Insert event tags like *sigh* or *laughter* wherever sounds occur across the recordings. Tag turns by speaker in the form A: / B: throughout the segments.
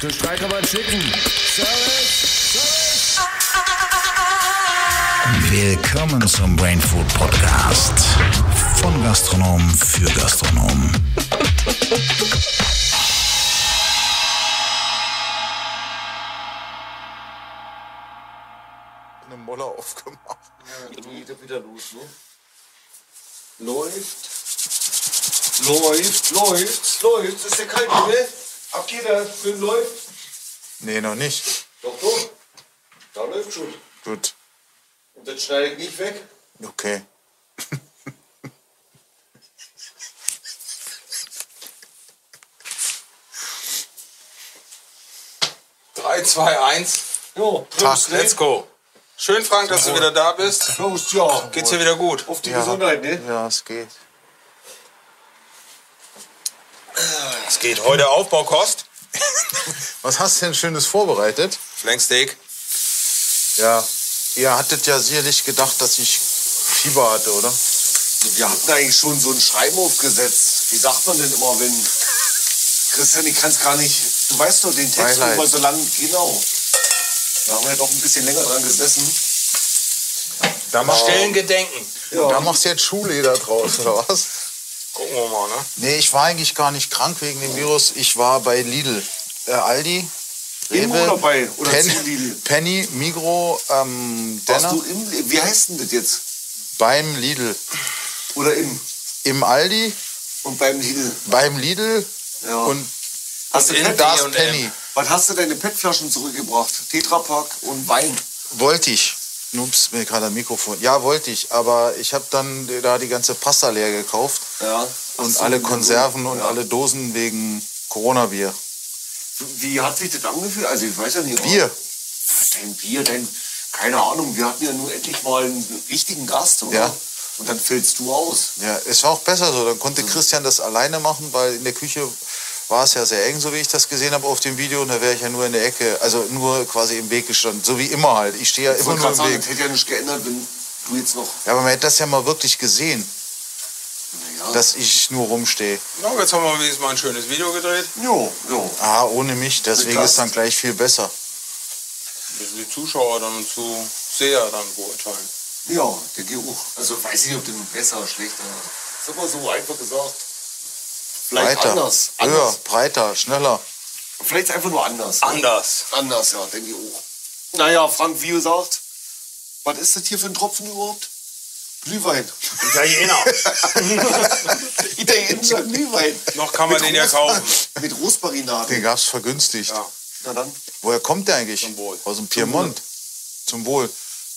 A: Zur Streikarbeit schicken. Service! Service!
B: Willkommen zum Brain Food Podcast. Von Gastronom für Gastronom.
C: eine Molle aufgemacht.
D: Die geht wieder los, ne? Läuft. Läuft, läuft, läuft. Ist der kalt, ne? Ab geht er. Film läuft.
C: Nee, noch nicht.
D: Doch, doch. Da läuft schon.
C: Gut.
D: Und das schneide ich nicht weg.
C: Okay.
E: Drei, zwei, eins.
D: Jo,
C: Tag,
E: Let's go. Schön, Frank, dass du wieder da bist.
D: ne? Prost, ja.
E: Geht's dir wieder gut?
D: Auf die
C: Ja.
D: Gesundheit, ne?
C: Ja, es geht.
E: Es geht heute Aufbaukost.
C: Was hast du denn Schönes vorbereitet?
E: Flanksteak.
C: Ja. Ihr hattet ja sicherlich gedacht, dass ich Fieber hatte, oder?
D: Wir hatten eigentlich schon so ein Schreiben aufgesetzt. Wie sagt man denn immer, wenn... Christian, ich kann's gar nicht... Du weißt doch den Text
C: Highlight.
D: immer so lang... Genau. Da haben wir doch ein bisschen länger dran gesessen.
C: Da, machst
E: Stellen gedenken.
D: Ja.
C: Genau. da machst du jetzt Schuhleder draus, oder was?
E: Gucken wir mal, ne?
C: Nee, ich war eigentlich gar nicht krank wegen dem Virus. Ich war bei Lidl. Äh, Aldi.
D: Im
C: Rewe,
D: oder bei- oder
C: Pen,
D: zu Lidl?
C: Penny, Migro, ähm,
D: Warst
C: Denner.
D: du im... Wie heißt denn das jetzt?
C: Beim Lidl.
D: Oder im...
C: Im Aldi,
D: Und beim Lidl.
C: beim Lidl
D: Ja.
C: und
D: hast du
E: in
D: Pet,
C: das
E: D&M.
C: Penny.
D: was hast du deine PET-Flaschen zurückgebracht? Tetrapack und Wein.
C: Wollte ich. Nups, mir gerade ein Mikrofon. Ja, wollte ich, aber ich habe dann da die ganze Pasta leer gekauft
D: Ja.
C: und
D: Hast du
C: alle
D: eine
C: Konserven
D: Dose?
C: und
D: Ja.
C: alle Dosen wegen Corona-Bier.
D: Wie hat sich das angefühlt? Also ich weiß ja nicht. aber-
C: Bier?
D: Ja, dein Bier, dein. Keine Ahnung. Wir hatten ja nun endlich mal einen richtigen Gast, oder?
C: Ja.
D: Und dann fällst du aus.
C: Ja, es war auch besser so. Dann
D: Mhm.
C: konnte Christian das alleine machen, weil in der Küche war es ja sehr eng, so wie ich das gesehen habe auf dem Video. Und da wäre ich ja nur in der Ecke, also nur quasi im Weg gestanden. So wie immer halt. Ich stehe ja
D: Ich
C: immer
D: wollte
C: nur
D: gerade
C: im
D: sagen,
C: Weg.
D: das hätte ja nicht geändert, wenn du jetzt noch.
C: Ja, aber man hätte das ja mal wirklich gesehen,
D: Naja.
C: dass ich nur rumstehe.
E: Ja, jetzt haben wir wenigstens mal ein schönes Video gedreht.
D: Jo, jo.
C: Ah, ohne mich. Deswegen
D: Gast.
C: ist dann gleich viel besser.
E: Müssen die Zuschauer dann und Zuseher dann beurteilen.
D: Ja, der Geruch. Also weiß ich nicht, ob der nun besser oder schlechter ist. Ist aber so einfach gesagt. Vielleicht
C: Breiter,
D: anders.
C: höher,
D: anders.
C: breiter, schneller.
D: Vielleicht einfach nur anders.
E: Anders.
D: Anders, ja, denke ich auch. Naja, Frank, wie gesagt, was ist das hier für ein Tropfen überhaupt? Glühwein. *laughs*
E: Italiener.
D: Italienischer Glühwein.
E: *laughs* Noch kann man
D: Mit
E: den ja
D: Rosmarin-
E: kaufen.
D: Mit Rosmarinade.
C: Den gab's vergünstigt.
E: Ja.
D: Na dann.
C: Woher kommt der eigentlich?
E: Zum Wohl.
C: Aus dem Piemont. Zum Wohl.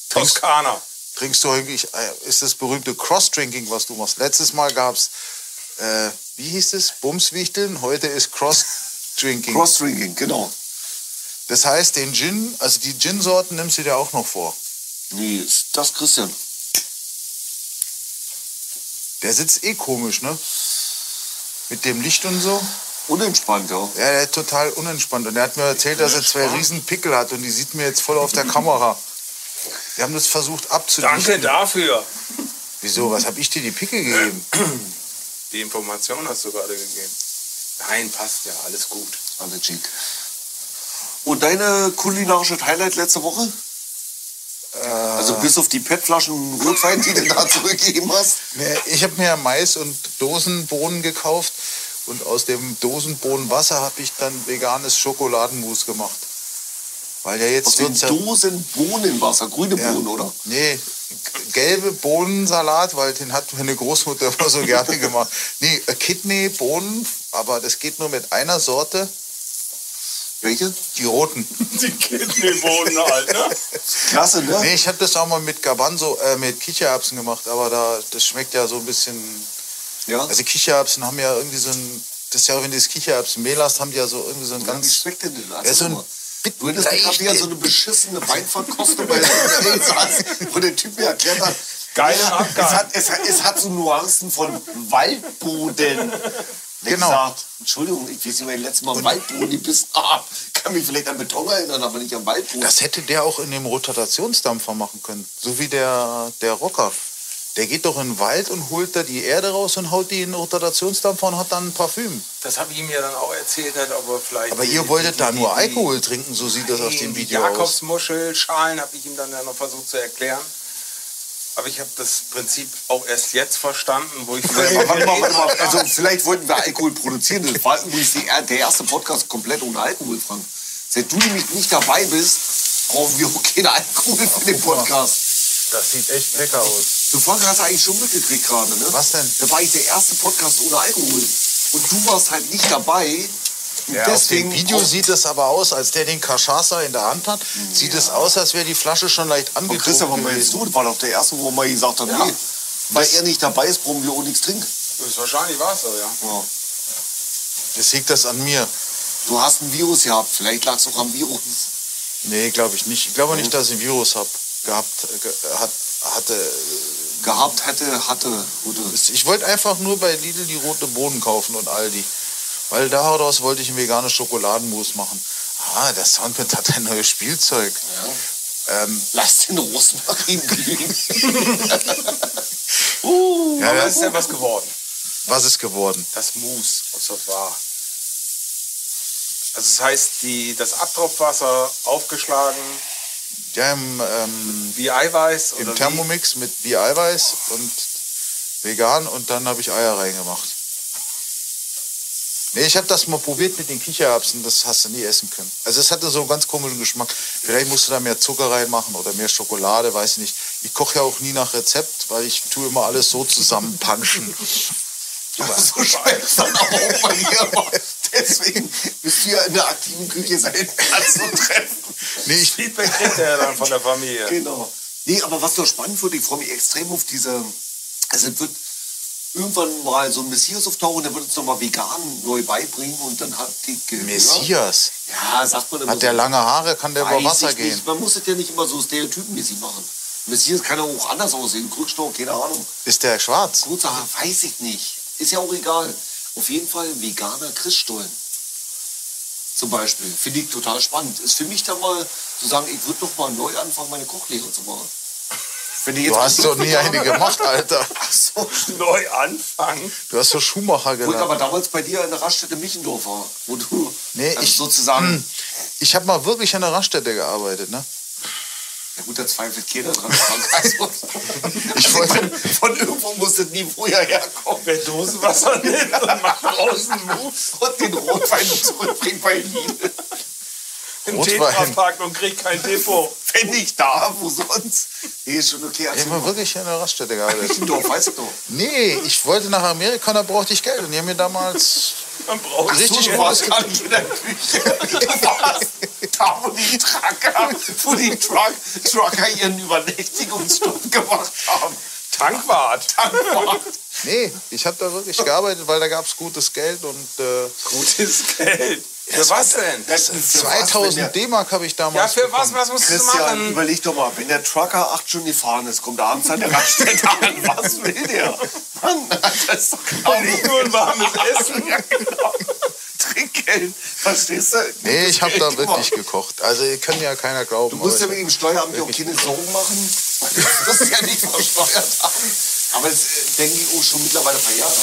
C: Trinkst,
E: Toskana.
C: trinkst du eigentlich, äh, ist das berühmte Cross-Drinking, was du machst? Letztes Mal gab's, äh, wie hieß es? Bumswichteln. Heute ist Cross-Drinking.
D: Cross-Drinking, genau.
C: das heißt, den Gin, also die Gin-Sorten nimmst du dir auch noch vor.
D: Nee, ist das Christian.
C: Der sitzt eh komisch, ne? Mit dem Licht und so.
D: Unentspannt, ja.
C: Ja, der ist total unentspannt. Und er hat mir erzählt, dass er zwei riesen Pickel hat und die sieht mir jetzt voll auf der Kamera. Wir haben das versucht abzudichten.
E: Danke dafür.
C: Wieso? Was hab ich dir die Pickel gegeben?
E: Die Information hast du gerade gegeben. Nein, passt ja, alles gut.
D: Alles schick. Und deine kulinarische Highlight letzte Woche?
C: Äh.
D: Also bis auf die PET-Flaschen Rotwein, die du
C: *laughs*
D: da zurückgegeben hast.
C: Nee, Ich hab mir Mais und Dosenbohnen gekauft und aus dem Dosenbohnenwasser hab ich dann veganes Schokoladenmus gemacht. Weil ja
D: Aus
C: jetzt
D: den
C: wird's ja,
D: Dosen Bohnenwasser, grüne
C: Ja.
D: Bohnen, oder?
C: Nee, g- gelbe Bohnensalat, weil den hat meine Großmutter *laughs* immer so gerne gemacht. Nee, äh, Kidney-Bohnen, aber das geht nur mit einer Sorte,
D: Welche?
C: die roten.
E: Die Kidneybohnen halt, ne?
D: Klasse, ne?
C: Nee, ich habe das auch mal mit Garbanzo, äh, mit Kichererbsen gemacht, aber da, das schmeckt ja so ein bisschen.
D: Ja.
C: Also Kichererbsen haben ja irgendwie so ein. Das ist ja, auch, wenn du das Kichererbsenmehl hast, haben die ja so irgendwie so ein
D: Wie
C: ganz.
D: schmeckt denn das?
C: Ja, so ein
D: Du hättest gerade wieder so eine beschissene Weinverkostung bei so einem saß, wo der Typ mir erklärt hat,
E: Geiler
D: ja,
E: Abgang.
D: Es hat, es, hat, es hat so Nuancen von Waldboden.
C: Genau.
D: Genau. Gesagt, Entschuldigung, ich weiß nicht, weil ich letztes Mal am Waldboden bist. Ah, kann mich vielleicht an Beton erinnern, aber nicht am Waldboden.
C: Das hätte der auch in dem Rotationsdampfer machen können. So wie der, der Rocker. Der geht doch in den Wald und holt da die Erde raus und haut die in den Rotationsdampfer und hat dann ein Parfüm.
E: Das habe ich ihm ja dann auch erzählt, hat, aber vielleicht.
C: Aber ihr
E: die-
C: wolltet
E: die-
C: da
E: die-
C: nur
E: die-
C: Alkohol trinken, so sieht das auf dem
E: die
C: Video aus.
E: Jakobsmuschel, Schalen habe ich ihm dann ja noch versucht zu erklären. Aber ich habe das Prinzip auch erst jetzt
C: *laughs*
E: verstanden, wo
D: *laughs*
E: ich
D: Warte mal,
E: selber
D: warte mal, warte mal.
E: Also,
D: Also vielleicht wollten wir Alkohol produzieren. Das war übrigens die, der erste Podcast komplett ohne Alkohol, Frank. Seit du nämlich nicht dabei bist, brauchen wir auch keinen Alkohol für den Podcast.
C: Das sieht echt lecker aus.
D: Du Frank hast eigentlich schon mitgekriegt gerade, ne?
C: Was denn?
D: Da war ich der erste Podcast ohne Alkohol. Und du warst halt nicht dabei. Und
C: Ja,
D: deswegen
C: auf dem Video sieht es aber aus, als der den Cachaça in der Hand hat, sieht es aus, als wäre die Flasche schon leicht
D: Und
C: angetrunken
D: Christian war mal
C: gewesen.
D: so, das war doch der erste, wo wir gesagt haben, nee, weil er nicht dabei ist, brauchen wir auch nichts trinken.
E: wahrscheinlich war es so, ja.
C: Jetzt liegt das an mir.
D: Du hast ein Virus gehabt, vielleicht lag es auch am Virus.
C: Nee, glaube ich nicht. Ich glaube nicht, dass ich ein Virus hab, gehabt äh, ge, hat, hatte.
D: Gehabt hätte, hatte, oder.
C: Ich wollte einfach nur bei Lidl die rote Bohnen kaufen und Aldi. Weil daraus wollte ich ein veganes Schokoladenmus machen. Ah, der Soundpad hat ein neues Spielzeug. Ähm,
D: Lass den Rosmarin blühen.
C: *laughs*
D: *laughs*
E: ja aber es ist ja was geworden.
C: was ist geworden?
E: Das Mousse, was das war. Also, das heißt, die, das Abtropfwasser aufgeschlagen
C: Ja, im, ähm,
E: wie Eiweiß
C: im
E: oder
C: Thermomix mit wie Eiweiß und vegan und dann habe ich Eier reingemacht. Nee, ich habe das mal probiert mit den Kichererbsen, das hast du nie essen können. Also es hatte so einen ganz komischen Geschmack. Vielleicht musst du da mehr Zucker reinmachen oder mehr Schokolade, weiß ich nicht. Ich koche ja auch nie nach Rezept, weil ich tue immer alles so zusammenpanschen.
D: so schreibst dann aber auch bei
C: *laughs*
D: dir. Deswegen bist du ja in der aktiven Küche sein Platz zu treffen.
C: Nee, ich,
E: wie? Feedback kriegt er ja dann von
C: *laughs*
E: der Familie.
D: Genau. Nee, aber was doch spannend wird, ich freue mich extrem auf diese. Also es wird irgendwann mal so ein Messias auftauchen, der wird uns nochmal vegan neu beibringen und dann hat die gehört-
C: Messias.
D: Ja, sagt man immer
C: Hat der
D: so.
C: lange Haare, kann der über
D: Weiß
C: Wasser
D: ich
C: gehen.
D: Nicht. Man muss es ja nicht immer so stereotypenmäßig machen. Messias kann ja auch anders aussehen, Krückstock, keine Ahnung.
C: Ist der schwarz?
D: Kurze Haare, weiß ich nicht. Ist ja auch egal. Auf jeden Fall ein veganer Christstollen. Zum Beispiel. Finde ich total spannend. Ist für mich dann mal zu sagen, ich würde doch mal neu anfangen, meine Kochlehre zu machen. Wenn ich
C: Du hast doch nie eine gemacht, Alter.
D: *laughs* Ach so.
E: Neu anfangen.
C: Du hast so Schumacher
D: Wo ich
C: gelernt.
D: aber damals bei dir in der Raststätte Michendorf war, wo du
C: Nee,
D: dann
C: ich-
D: sozusagen,
C: Hm. Ich habe mal wirklich an der Raststätte gearbeitet, ne?
D: ja gut, da zweifelt keiner dran. Also,
C: Ich wollte-
D: von irgendwo muss das Niveau ja herkommen.
E: Wer Dosenwasser nimmt und macht draußen Mousse
D: Und den Rotwein zurückbringen bei Lidl.
E: im
C: Rotwein.
E: Tetrapack und kriegt kein Depot.
D: Wenn nicht da, wo sonst? Nee, ist schon okay.
C: Ich
D: Erzähl
C: habe
D: mal.
C: mal wirklich an der Raststätte
D: *laughs*
C: gearbeitet.
D: Michendorf, weißt du doch.
C: Nee, ich wollte nach Amerika, da brauchte ich Geld. Und die haben mir damals.
E: Man braucht
D: Ach so,
C: Richtig
D: du warst gar nicht in der Küche. Du warst da, wo die Trucker, wo die Truck, Trucker ihren Übernächtigungsstopp gemacht haben.
E: Tankwart.
D: Tankwart.
C: Nee, ich habe da wirklich gearbeitet, weil da gab es gutes Geld. Und äh,
E: Gutes Geld. Für was denn?
D: Das ist für was, wenn
C: 2000
D: der-
C: D-Mark habe ich
E: Ja,
C: damals.
E: für was? Was musst du
D: Christian,
E: machen?
D: überleg doch mal, wenn der Trucker acht Stunden gefahren ist, kommt abends an der Raststätte *laughs* an. Was will der? Mann, das ist doch genau
E: Nicht nur ein warmes Essen.
D: *laughs* Ja, genau. Trinkgeld, verstehst du?
C: Nee, ich habe da
D: Geld
C: wirklich
D: gemacht.
C: gekocht. Also, ihr könnt ja keiner
D: Du
C: glauben.
D: musst ja
C: aber
D: mit
C: ich,
D: dem Steueramt ja auch keine Sorgen machen, weil das ist ja nicht versteuert haben. Aber das äh, denke ich auch schon mittlerweile verjährt an.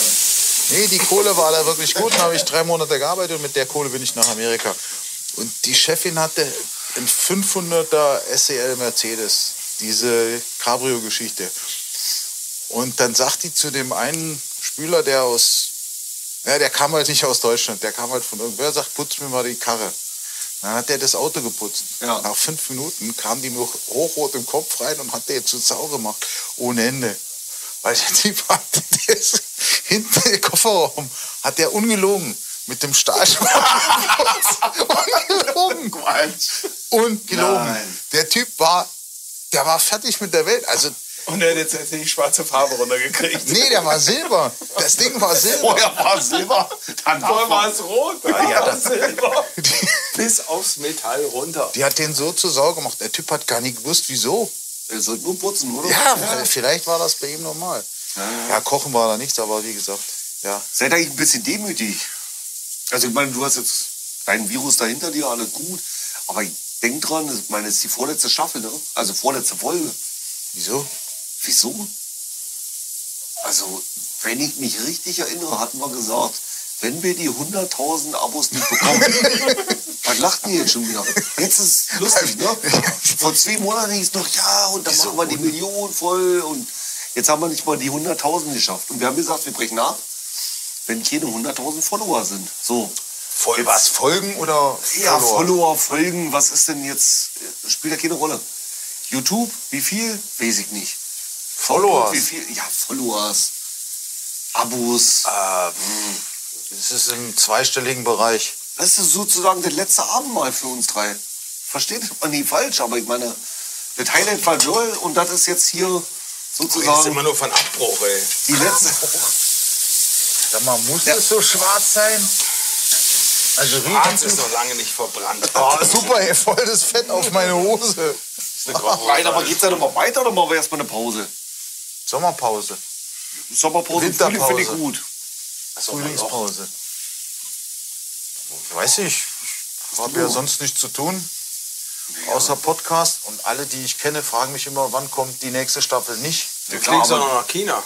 C: nee, die Kohle war da wirklich gut. Da habe ich drei Monate gearbeitet und mit der Kohle bin ich nach Amerika. Und die Chefin hatte einen 500er SEL E Mercedes, diese Cabrio-Geschichte. Und dann sagt die zu dem einen Spüler, der aus, ja, der kam halt nicht aus Deutschland, der kam halt von irgendwer, sagt, putz mir mal die Karre. Dann hat der das Auto geputzt.
D: Ja.
C: Nach fünf Minuten kam die noch hochrot im Kopf rein und hat der zu Sau gemacht. Ohne Ende. Weil der Typ *laughs* hat das, hinten im Kofferraum, hat der ungelogen mit dem Stahlschwamm geputzt. *laughs* ungelogen.
D: Quatsch.
C: Und gelogen.
D: Nein.
C: Der Typ war, der war fertig mit der Welt. Also,
E: Und er hat jetzt erst die schwarze Farbe runtergekriegt.
C: nee, der war Silber. Das Ding war Silber.
D: Vorher Oh war es Silber, danach
E: Vorher
D: war
E: war
D: es
E: es rot, dann war es silber.
C: Oh.
E: Bis aufs Metall runter.
C: Die hat den so zur Sau gemacht. Der Typ hat gar nicht gewusst, wieso.
D: Er sollte nur putzen, oder?
C: Ja, weil vielleicht war das bei ihm normal. Ja, kochen war da nichts, aber wie gesagt, ja.
D: Seid eigentlich ein bisschen demütig. Also ich meine, du hast jetzt dein Virus dahinter dir, alles gut. Aber denk dran, ich meine, es ist die vorletzte Staffel, ne? Also vorletzte Folge.
C: Wieso?
D: Wieso? Also, wenn ich mich richtig erinnere, hatten wir gesagt, wenn wir die 100.000 Abos nicht bekommen, was lacht ihr jetzt schon wieder? Jetzt ist es lustig, ne? Vor zwei Monaten hieß es noch, ja, und dann machen wir die Million voll und jetzt haben wir nicht mal die 100.000 geschafft. Und wir haben gesagt, wir brechen ab, wenn keine 100.000 Follower sind. So,
C: Voll was? Folgen oder
D: ja,
C: Follower?
D: Follower, Folgen, was ist denn jetzt? äh, Spielt ja keine Rolle. YouTube, wie viel? Weiß ich nicht.
C: Followers.
D: Wie viel? Ja, Followers. Abos.
C: Äh, mh, es ist im zweistelligen Bereich.
D: Das ist sozusagen das letzte Abendmahl für uns drei. Versteht man nicht falsch, aber ich meine, das Highlight war Joel und das ist jetzt hier
E: Du redest
D: sozusagen
E: immer nur von Abbruch, ey.
D: die letzte.
C: *laughs* Sag mal, muss es so schwarz sein? Also
E: Arzt ist
C: riecht
E: noch lange nicht verbrannt.
C: Oh, super, ey, voll das Fett auf meine Hose.
E: Ist eine Kochhose.
D: Weiter, aber geht's dann nochmal weiter oder machen wir erstmal eine Pause?
C: Sommerpause,
D: Sommerpause, Frühling finde ich
C: Winterpause.
D: gut.
E: Achso, mein Gott.
C: Frühlingspause. Weiß ich, ich habe ja sonst nichts zu tun, außer Podcast. Und alle, die ich kenne, fragen mich immer, wann kommt die nächste Staffel nicht.
E: Du
D: Klar,
E: fliegst doch
D: aber-
E: noch nach China.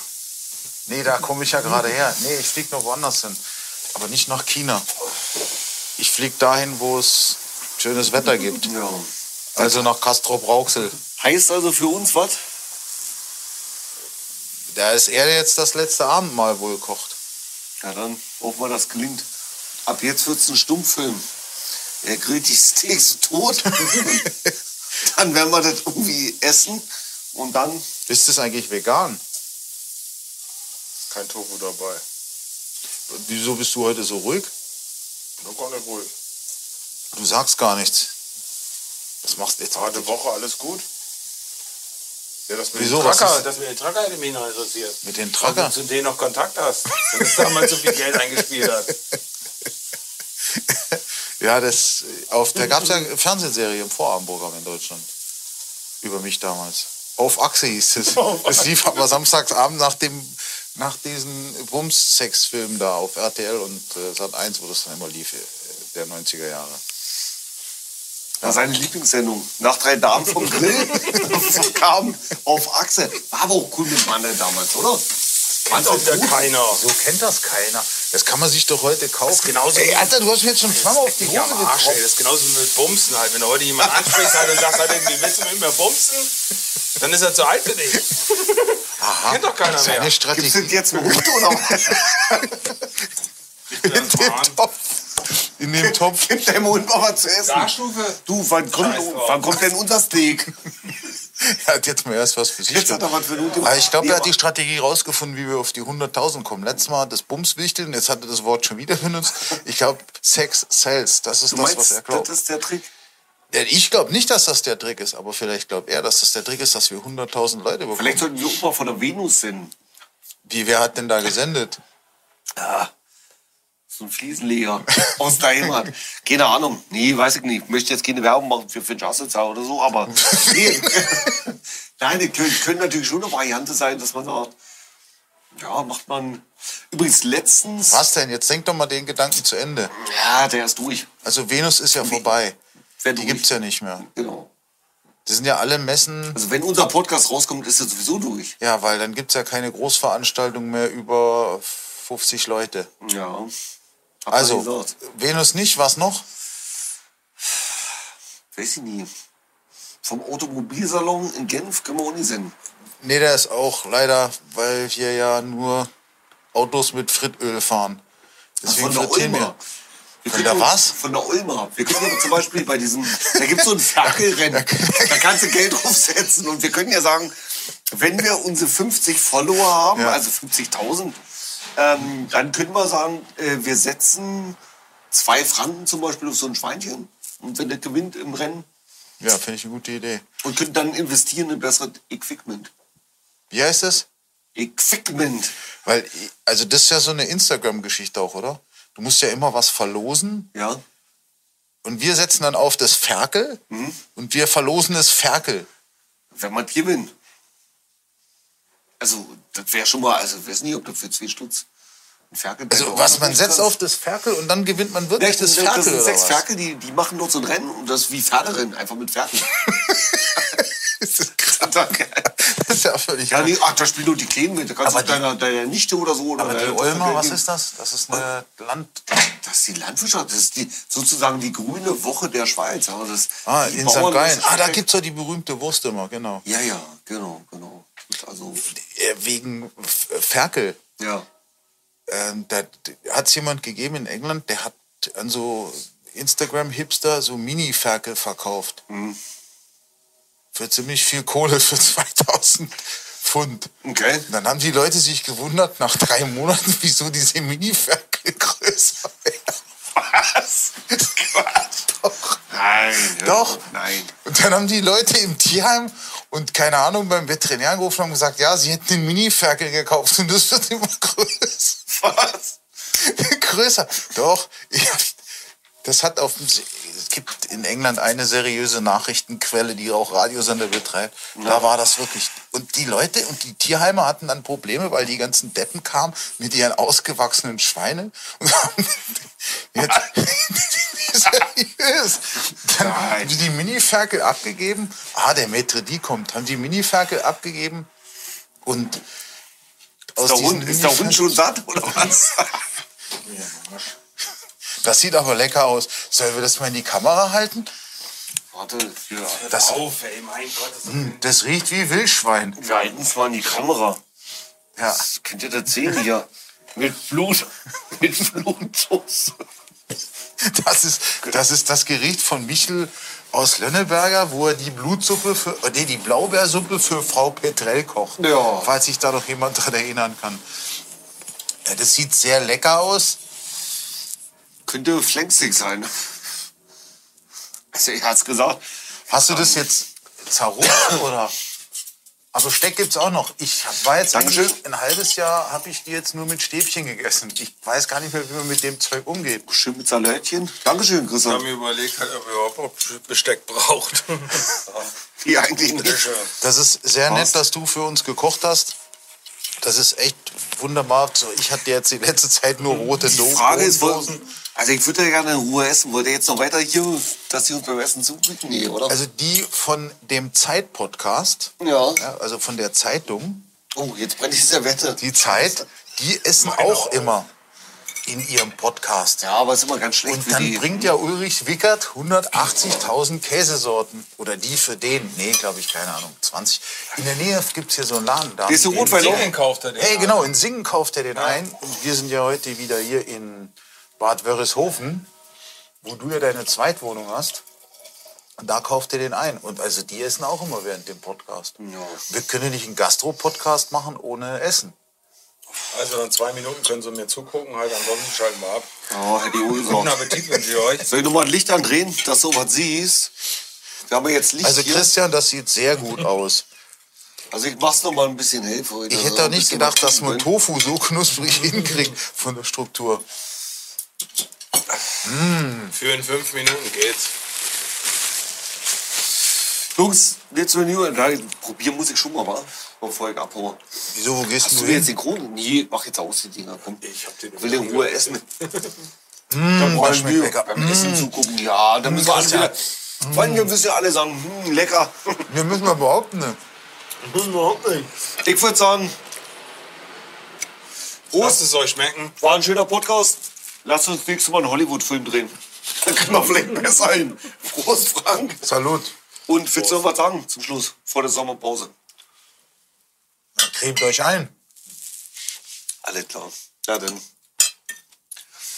C: Nee, da komme ich ja gerade her. Nee, ich fliege noch woanders hin. Aber nicht nach China. Ich fliege dahin, wo es schönes Wetter gibt.
D: Ja.
C: Also nach Castro-Brauxel.
D: Heißt also für uns was?
C: Da ist er jetzt das letzte Abendmahl wohl gekocht.
D: Ja, dann hoffen wir, das gelingt. Ab jetzt wird's ein Stummfilm. Er grillt die Steaks
E: *laughs*
D: tot. dann werden wir das irgendwie essen. Und dann,
C: Ist das eigentlich vegan?
E: Kein Tofu dabei.
C: Wieso bist du heute so ruhig?
E: Nur gar nicht ruhig.
C: Du sagst gar nichts. Was machst du jetzt?
E: Harte Woche, alles gut. Ja, das mit
C: Wieso,
E: den
C: was
E: Tracker,
C: ist-
E: das mit den Tracker hätte mich noch interessiert.
C: Mit den
E: Ob du
C: Tracker?
E: zu denen noch Kontakt hast. Wenn es damals so viel Geld eingespielt hat.
C: ja, das, auf, da gab es ja eine Fernsehserie im Vorabendprogramm in Deutschland. Über mich damals. Auf Achse hieß es.
E: Auf
C: Es lief aber samstagsabend nach dem nach diesen Bums-Sex-Film da auf RTL und äh, Sat 1, wo das dann immer lief, äh, der 90er Jahre.
D: seine Lieblingssendung, nach drei Damen vom
E: *laughs*
D: Grill, kam auf Achse. War aber auch cool mit Mandel damals, oder?
E: Hat auch wieder keiner.
C: So kennt das keiner. Das kann man sich doch heute kaufen.
E: ist genauso-
C: Ey, Alter, du hast mir jetzt schon zweimal auf die
E: Ja,
C: Hose
E: am Arsch, ey.
C: getroffen.
E: Das ist genauso wie mit Bumsen halt. Wenn du heute jemanden ansprichst halt und sagst, halt, irgendwie, willst du mit mir bumsen? Dann ist er zu alt für dich. Kennt doch keiner mehr.
C: Seine
D: Gibt's
C: Strategie.
D: denn jetzt einen Hund oder was?
C: In dem Topf. In dem Topf. *laughs*
D: Gib deinem Hund mal was zu essen.
E: Starstufe?
D: Du, wann kommt,
E: Scheiß drauf.
D: wann kommt denn unser Steak?
C: Er hat jetzt mal erst was für sich.
D: Jetzt hat er was für den Hund gemacht.
C: Aber Ah, ich glaube,
D: Nee,
C: er hat die Strategie rausgefunden, wie wir auf die 100.000 kommen. Letztes Mal das Bumswichteln, jetzt hat er das Wort schon wieder benutzt. Ich glaube, Sex sells. Das ist
D: Du
C: das,
D: meinst,
C: was er
D: das
C: glaubt.
D: ist der Trick?
C: Ja, Ich glaube nicht, dass das der Trick ist, aber vielleicht glaubt er, dass das der Trick ist, dass wir 100.000 Leute bekommen.
D: Vielleicht sollten wir auch mal von der Venus senden.
C: Wie, wer hat denn da gesendet?
D: So ein Fliesenleger aus der Heimat. Keine Ahnung. Nee, weiß ich nicht. Ich möchte jetzt keine Werbung machen für Finch Asselsau oder so, *laughs* aber. Nee. Nein, das können, können natürlich schon eine Variante sein, dass man sagt, ja, macht man. Übrigens letztens.
C: Was denn? Jetzt denk doch mal den Gedanken zu Ende.
D: Ja, der ist durch.
C: Also Venus ist ja vorbei.
D: Wer
C: Die
D: durch.
C: gibt's ja nicht mehr.
D: Genau.
C: Das sind ja alle Messen.
D: Also wenn unser Podcast rauskommt, ist er sowieso durch.
C: Ja, weil dann gibt's ja keine Großveranstaltung mehr über 50 Leute.
D: Ja. Hab mal
C: Also,
D: gesagt.
C: Venus nicht, was noch?
D: Weiß ich nie. Vom Automobilsalon in Genf können wir auch nicht senden.
C: Nee, der ist auch leider, weil wir ja nur Autos mit Frittöl fahren. Deswegen
D: Von der
C: frittieren wir.
D: Ulmer. Wir
C: Von
D: können
C: der
D: uns-
C: was?
D: Von der Ulmer. Wir können ja zum Beispiel bei diesem, da gibt es so ein Ferkelrennen, da kannst du Geld draufsetzen und wir können ja sagen, wenn wir unsere 50 Follower haben,
C: Ja.
D: also 50.000, ähm, dann können wir sagen, äh, wir setzen zwei Franken zum Beispiel auf so ein Schweinchen und wenn der gewinnt im Rennen
C: Ja, finde ich eine gute Idee.
D: und können dann investieren in besseres Equipment.
C: Wie heißt das?
D: Equipment.
C: Weil, also das ist ja so eine Instagram-Geschichte auch, oder? Du musst ja immer was verlosen
D: Ja.
C: und wir setzen dann auf das Ferkel
D: Mhm.
C: und wir verlosen das Ferkel.
D: wenn man gewinnt. Also, das wäre schon mal, also ich weiß nicht, ob das für zwei Stutz ein Ferkel
C: Also was, man setzt auf das Ferkel und dann gewinnt man wirklich das
D: das, Ferkel.
C: Ferkel
D: Das sind
C: oder
D: sechs
C: was?
D: Ferkel, die, die machen dort so ein *laughs* Rennen und das ist wie Pferderennen, einfach mit Ferkel.
C: *laughs* Das ist
D: Das ist total geil.
C: Das ist ja völlig.
D: Ja, nee, ach, da spielen nur die Kleinen mit. Da kannst
C: Aber
D: du deiner, deiner Nichte oder so. Oder
C: Aber die
D: deiner
C: Ulmer,
D: Tochter
C: was
D: geben.
C: ist das? Das ist eine Land.
D: Das ist die Landwirtschaft. Das ist die, sozusagen die grüne Woche der Schweiz. Aber das,
C: Ah,
D: die
C: in St.
D: Bauern-
C: Gallen. Ah, da gibt es ja die berühmte Wurst immer, genau.
D: Ja, ja, genau, genau. Also,
C: Äh, Wegen F- Ferkel.
D: ja.
C: ähm, da hat es jemand gegeben in England, der hat an so Instagram-Hipster so Mini-Ferkel verkauft.
D: Mhm.
C: Für ziemlich viel Kohle, für *laughs* 2000 Pfund.
D: Okay.
C: Und dann haben die Leute sich gewundert nach drei Monaten, *laughs* wieso diese Mini-Ferkel größer werden. *laughs*
D: Was? Quatsch.
C: Doch.
D: Nein. hör
C: Doch.
D: auf, Nein.
C: Und dann haben die Leute im Tierheim und keine Ahnung beim Veterinär angerufen und haben gesagt, ja, sie hätten den Mini-Ferkel gekauft und das wird immer größer.
D: Was?
C: *laughs* größer. Doch, ich, das hat auf dem. Se- Es gibt in England eine seriöse Nachrichtenquelle, die auch Radiosender betreibt. Da war das wirklich. Und die Leute und die Tierheime hatten dann Probleme, weil die ganzen Deppen kamen mit ihren ausgewachsenen Schweinen und haben jetzt seriös. Dann haben die die Mini-Ferkel abgegeben. Ah, der Maitre, die kommt. Haben die Mini-Ferkel abgegeben und aus
D: Der
C: diesen
D: Hund, ist der Hund
C: Mini-Ferkel-
D: schon satt oder was?
C: Das sieht aber lecker aus. Sollen wir das mal in die Kamera halten?
D: Warte, ja.
C: Das-
E: auf, ey, mein Gott. Das
C: Hm, Das riecht wie Wildschwein.
D: wir halten zwar in die Kamera.
C: Ja.
D: Das könnt ihr das sehen hier? Mit Blut. *laughs* Mit Blutsoße.
C: *laughs* Das ist, das ist das Gericht von Michel aus Lönneberger, wo er die Blutsuppe für, äh, nee, die Blaubeersuppe für Frau Petrell kocht.
D: Ja.
C: Falls sich da noch jemand dran erinnern kann. Ja, das sieht sehr lecker aus.
D: Könnte flanksig sein. Also, ich hat's gesagt.
C: Hast du das jetzt
D: *coughs*
C: zerroten oder? Aber Steck gibt's auch noch. Ich hab- war jetzt
D: Dankeschön.
C: eigentlich ein halbes Jahr habe ich die jetzt nur mit Stäbchen gegessen. Ich weiß gar nicht mehr, wie man mit dem Zeug umgeht.
D: Schön mit Salätchen. Dankeschön,
E: Ich
D: Christian.
E: habe mir überlegt, halt, ob er überhaupt Besteck
C: *laughs*
E: braucht.
D: Hier eigentlich nicht.
C: Das ist sehr
D: Passt.
C: nett, dass du für uns gekocht hast. Das ist echt wunderbar. So, Ich hatte jetzt die letzte Zeit nur rote
D: Die Frage ist, wo,
C: Dosen.
D: also ich würde ja gerne in Ruhe essen. Wollt ihr jetzt noch weiter hier, dass sie uns beim Essen zublicken? Nee, oder?
C: Also die von dem Zeit-Podcast,
D: ja.
C: ja, also von der Zeitung,
D: Oh, jetzt brennt die Servette.
C: die Zeit, die essen auch immer in ihrem Podcast.
D: Ja, aber ist immer ganz schlecht
C: Und
D: für
C: dann
D: die.
C: bringt ja Ulrich Wickert 180.000 Käsesorten. Oder die für den. Nee, glaube ich, keine Ahnung. 20. In der Nähe gibt es hier so einen Laden. Da
D: Gehst du
C: haben die
D: Rotwein
C: den-
E: Singen kauft er den.
C: Ey, genau, in Singen kauft er den ein. Und wir sind ja heute wieder hier in Bad Wörishofen, wo du ja deine Zweitwohnung hast. Und da kauft er den ein. Und also die essen auch immer während dem Podcast. Wir können nicht einen Gastro-Podcast machen ohne Essen.
E: Also dann zwei Minuten können sie mir zugucken, halt ansonsten schalten wir ab.
D: Oh, hätte ich wohl
E: Guten
D: gesagt.
E: Appetit wünsche ich euch.
D: Soll ich nochmal ein Licht andrehen, dass du was siehst? Wir haben ja jetzt Licht
C: Also
D: hier. Mhm.
C: Christian, das sieht sehr gut aus.
D: also ich mach's nochmal ein bisschen hell für heute.
C: Ich
D: Also
C: hätte doch
D: ein
C: nicht
D: bisschen
C: gedacht,
D: was
C: dass man
D: tun
C: Tofu so
D: *laughs*
C: knusprig hinkriegt von der Struktur.
E: Für in fünf Minuten geht's.
D: können. ne? Jungs, jetzt nur New Nein, probieren muss ich schon mal, wa? Bevor ich abhaue.
C: Wieso, wo gehst
D: Hast du
C: du
D: dir jetzt
C: hin?
D: den Kronen? Nee, mach jetzt aus die Dinger, komm.
E: Ich hab den
D: will in
C: *laughs*
D: Ruhe essen.
C: Mmh,
D: Boah,
C: Hm, das schmeckt
D: Mühe.
C: lecker. Hm.
D: Beim Essen zugucken, ja, da müssen wir alle wieder. Vor allem, wir müssen ja alle sagen, hm, lecker.
C: Wir müssen mal behaupten. ne?
D: Ich würde sagen,
E: Lasst es euch schmecken.
D: war ein schöner Podcast. Lass uns nächstes Mal einen Hollywood-Film drehen. Dann können wir vielleicht besser hin. Prost, Frank.
C: Salut.
D: Und willst du noch was sagen zum Schluss, vor der Sommerpause?
C: Cremt euch ein.
D: Alles klar. Ja, dann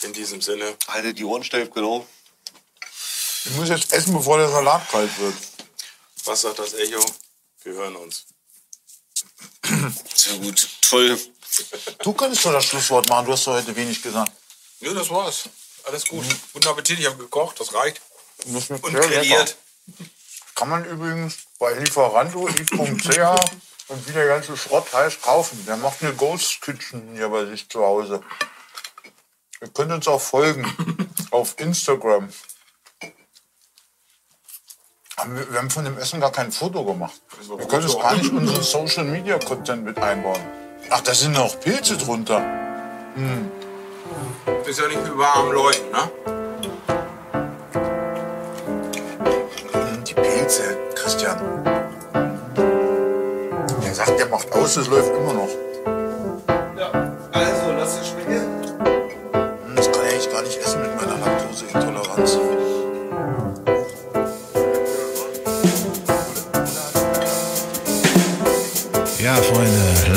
E: In diesem Sinne.
D: haltet die Ohren steif, genau.
C: Ich muss jetzt essen, bevor der Salat kalt wird.
E: Was sagt das Echo? Wir hören uns.
D: Sehr gut. Toll.
C: Du kannst doch das Schlusswort machen, du hast doch heute wenig gesagt.
E: Nö, das war's. Alles gut. Guten Appetit, ich habe gekocht, das reicht.
C: Das schmeckt
E: Und
C: sehr Mhm. lecker.
E: kreiert.
C: Kann man übrigens bei Lieferando, lief.ch und wie der ganze Schrott heißt, kaufen. Der macht eine Ghost Kitchen hier bei sich zu Hause. Ihr könnt uns auch folgen auf Instagram. Haben Wir wir haben von dem Essen gar kein Foto gemacht. Wir können es gar nicht in unseren Social Media Content mit einbauen. Ach, da sind noch Pilze drunter.
E: Ist ja nicht über armen Leuten, ne?
C: Hm, Die Pilze, Christian. Der sagt ja der macht aus, das läuft immer noch.
E: Ja, also lass es schmecken.
C: Hm, Das kann ich eigentlich gar nicht essen mit meiner Laktoseintoleranz.
B: Ja, Freunde,